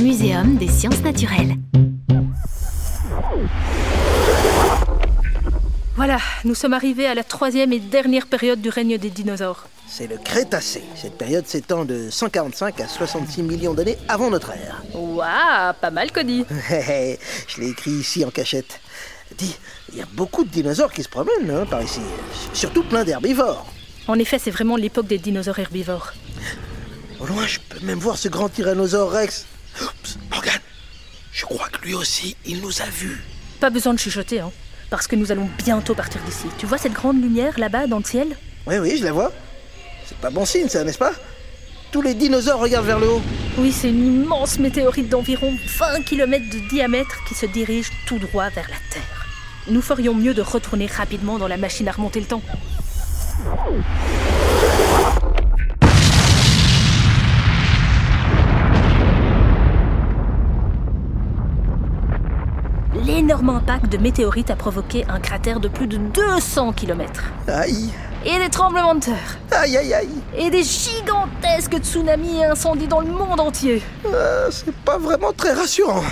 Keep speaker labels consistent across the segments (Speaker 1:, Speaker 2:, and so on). Speaker 1: Muséum des sciences naturelles.
Speaker 2: Voilà, nous sommes arrivés à la troisième et dernière période du règne des dinosaures.
Speaker 3: C'est le Crétacé. Cette période s'étend de 145 à 66 millions d'années avant notre ère.
Speaker 2: Waouh, pas mal, Cody.
Speaker 3: Je l'ai écrit ici en cachette. Dis, il y a beaucoup de dinosaures qui se promènent hein, par ici. Surtout plein d'herbivores.
Speaker 2: En effet, c'est vraiment l'époque des dinosaures herbivores.
Speaker 3: Au loin, je peux même voir ce grand tyrannosaure Rex.
Speaker 4: Oups, Morgane, je crois que lui aussi, il nous a vus.
Speaker 2: Pas besoin de chuchoter, hein, parce que nous allons bientôt partir d'ici. Tu vois cette grande lumière là-bas dans le ciel
Speaker 3: Oui, oui, je la vois. C'est pas bon signe, ça, n'est-ce pas Tous les dinosaures regardent vers le haut.
Speaker 2: Oui, c'est une immense météorite d'environ 20 km de diamètre qui se dirige tout droit vers la Terre. Nous ferions mieux de retourner rapidement dans la machine à remonter le temps. L'énorme impact de météorite a provoqué un cratère de plus de 200 km.
Speaker 3: Aïe,
Speaker 2: Et des tremblements de terre.
Speaker 3: aïe, aïe, aïe.
Speaker 2: Et des gigantesques tsunamis et incendies dans le monde entier.
Speaker 3: Euh, c'est pas vraiment très rassurant.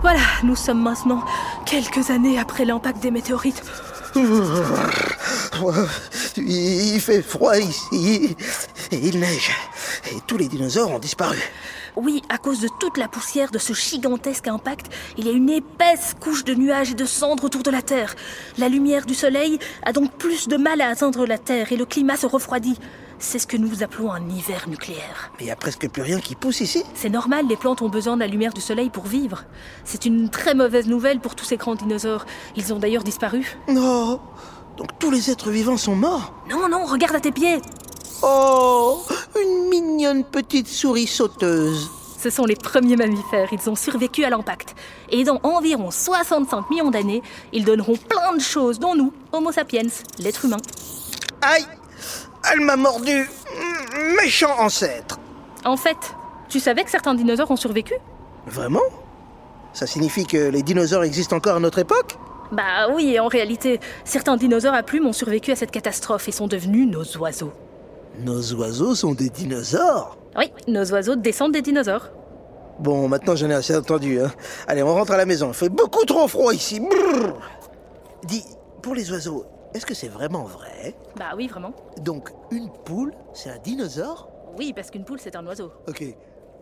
Speaker 2: Voilà, nous sommes maintenant quelques années après l'impact des météorites.
Speaker 3: Il fait froid ici. Et il neige. Et tous les dinosaures ont disparu.
Speaker 2: Oui, à cause de toute la poussière de ce gigantesque impact, il y a une épaisse couche de nuages et de cendres autour de la Terre. La lumière du Soleil a donc plus de mal à atteindre la Terre et le climat se refroidit. C'est ce que nous appelons un hiver nucléaire.
Speaker 3: Mais il y a presque plus rien qui pousse ici.
Speaker 2: C'est normal, les plantes ont besoin de la lumière du soleil pour vivre. C'est une très mauvaise nouvelle pour tous ces grands dinosaures. Ils ont d'ailleurs disparu.
Speaker 3: Non. Donc tous les êtres vivants sont morts.
Speaker 2: Non, non, regarde à tes pieds.
Speaker 3: Oh, une mignonne petite souris sauteuse.
Speaker 2: Ce sont les premiers mammifères, ils ont survécu à l'impact. Et dans environ 65 millions d'années, ils donneront plein de choses, dont nous, Homo sapiens, l'être humain.
Speaker 3: Aïe, elle m'a mordu. Mm, Méchant ancêtre.
Speaker 2: En fait, tu savais que certains dinosaures ont survécu
Speaker 3: Vraiment Ça signifie que les dinosaures existent encore à notre époque
Speaker 2: Bah oui, en réalité, certains dinosaures à plumes ont survécu à cette catastrophe et sont devenus nos oiseaux.
Speaker 3: Nos oiseaux sont des dinosaures.
Speaker 2: Oui, nos oiseaux descendent des dinosaures.
Speaker 3: Bon, maintenant j'en ai assez entendu. Hein. Allez, on rentre à la maison. Il fait beaucoup trop froid ici. Brrr. Dis, pour les oiseaux, est-ce que c'est vraiment vrai
Speaker 2: Bah oui, vraiment.
Speaker 3: Donc, une poule, c'est un dinosaure
Speaker 2: Oui, parce qu'une poule, c'est un oiseau.
Speaker 3: Ok,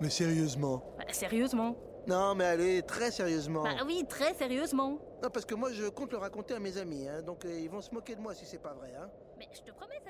Speaker 3: mais sérieusement
Speaker 2: Bah, sérieusement
Speaker 3: Non, mais allez, très sérieusement.
Speaker 2: Bah oui, très sérieusement.
Speaker 3: Non, parce que moi, je compte le raconter à mes amis. hein. Donc, euh, ils vont se moquer de moi si c'est pas vrai. Hein.
Speaker 2: Mais je te promets, c'est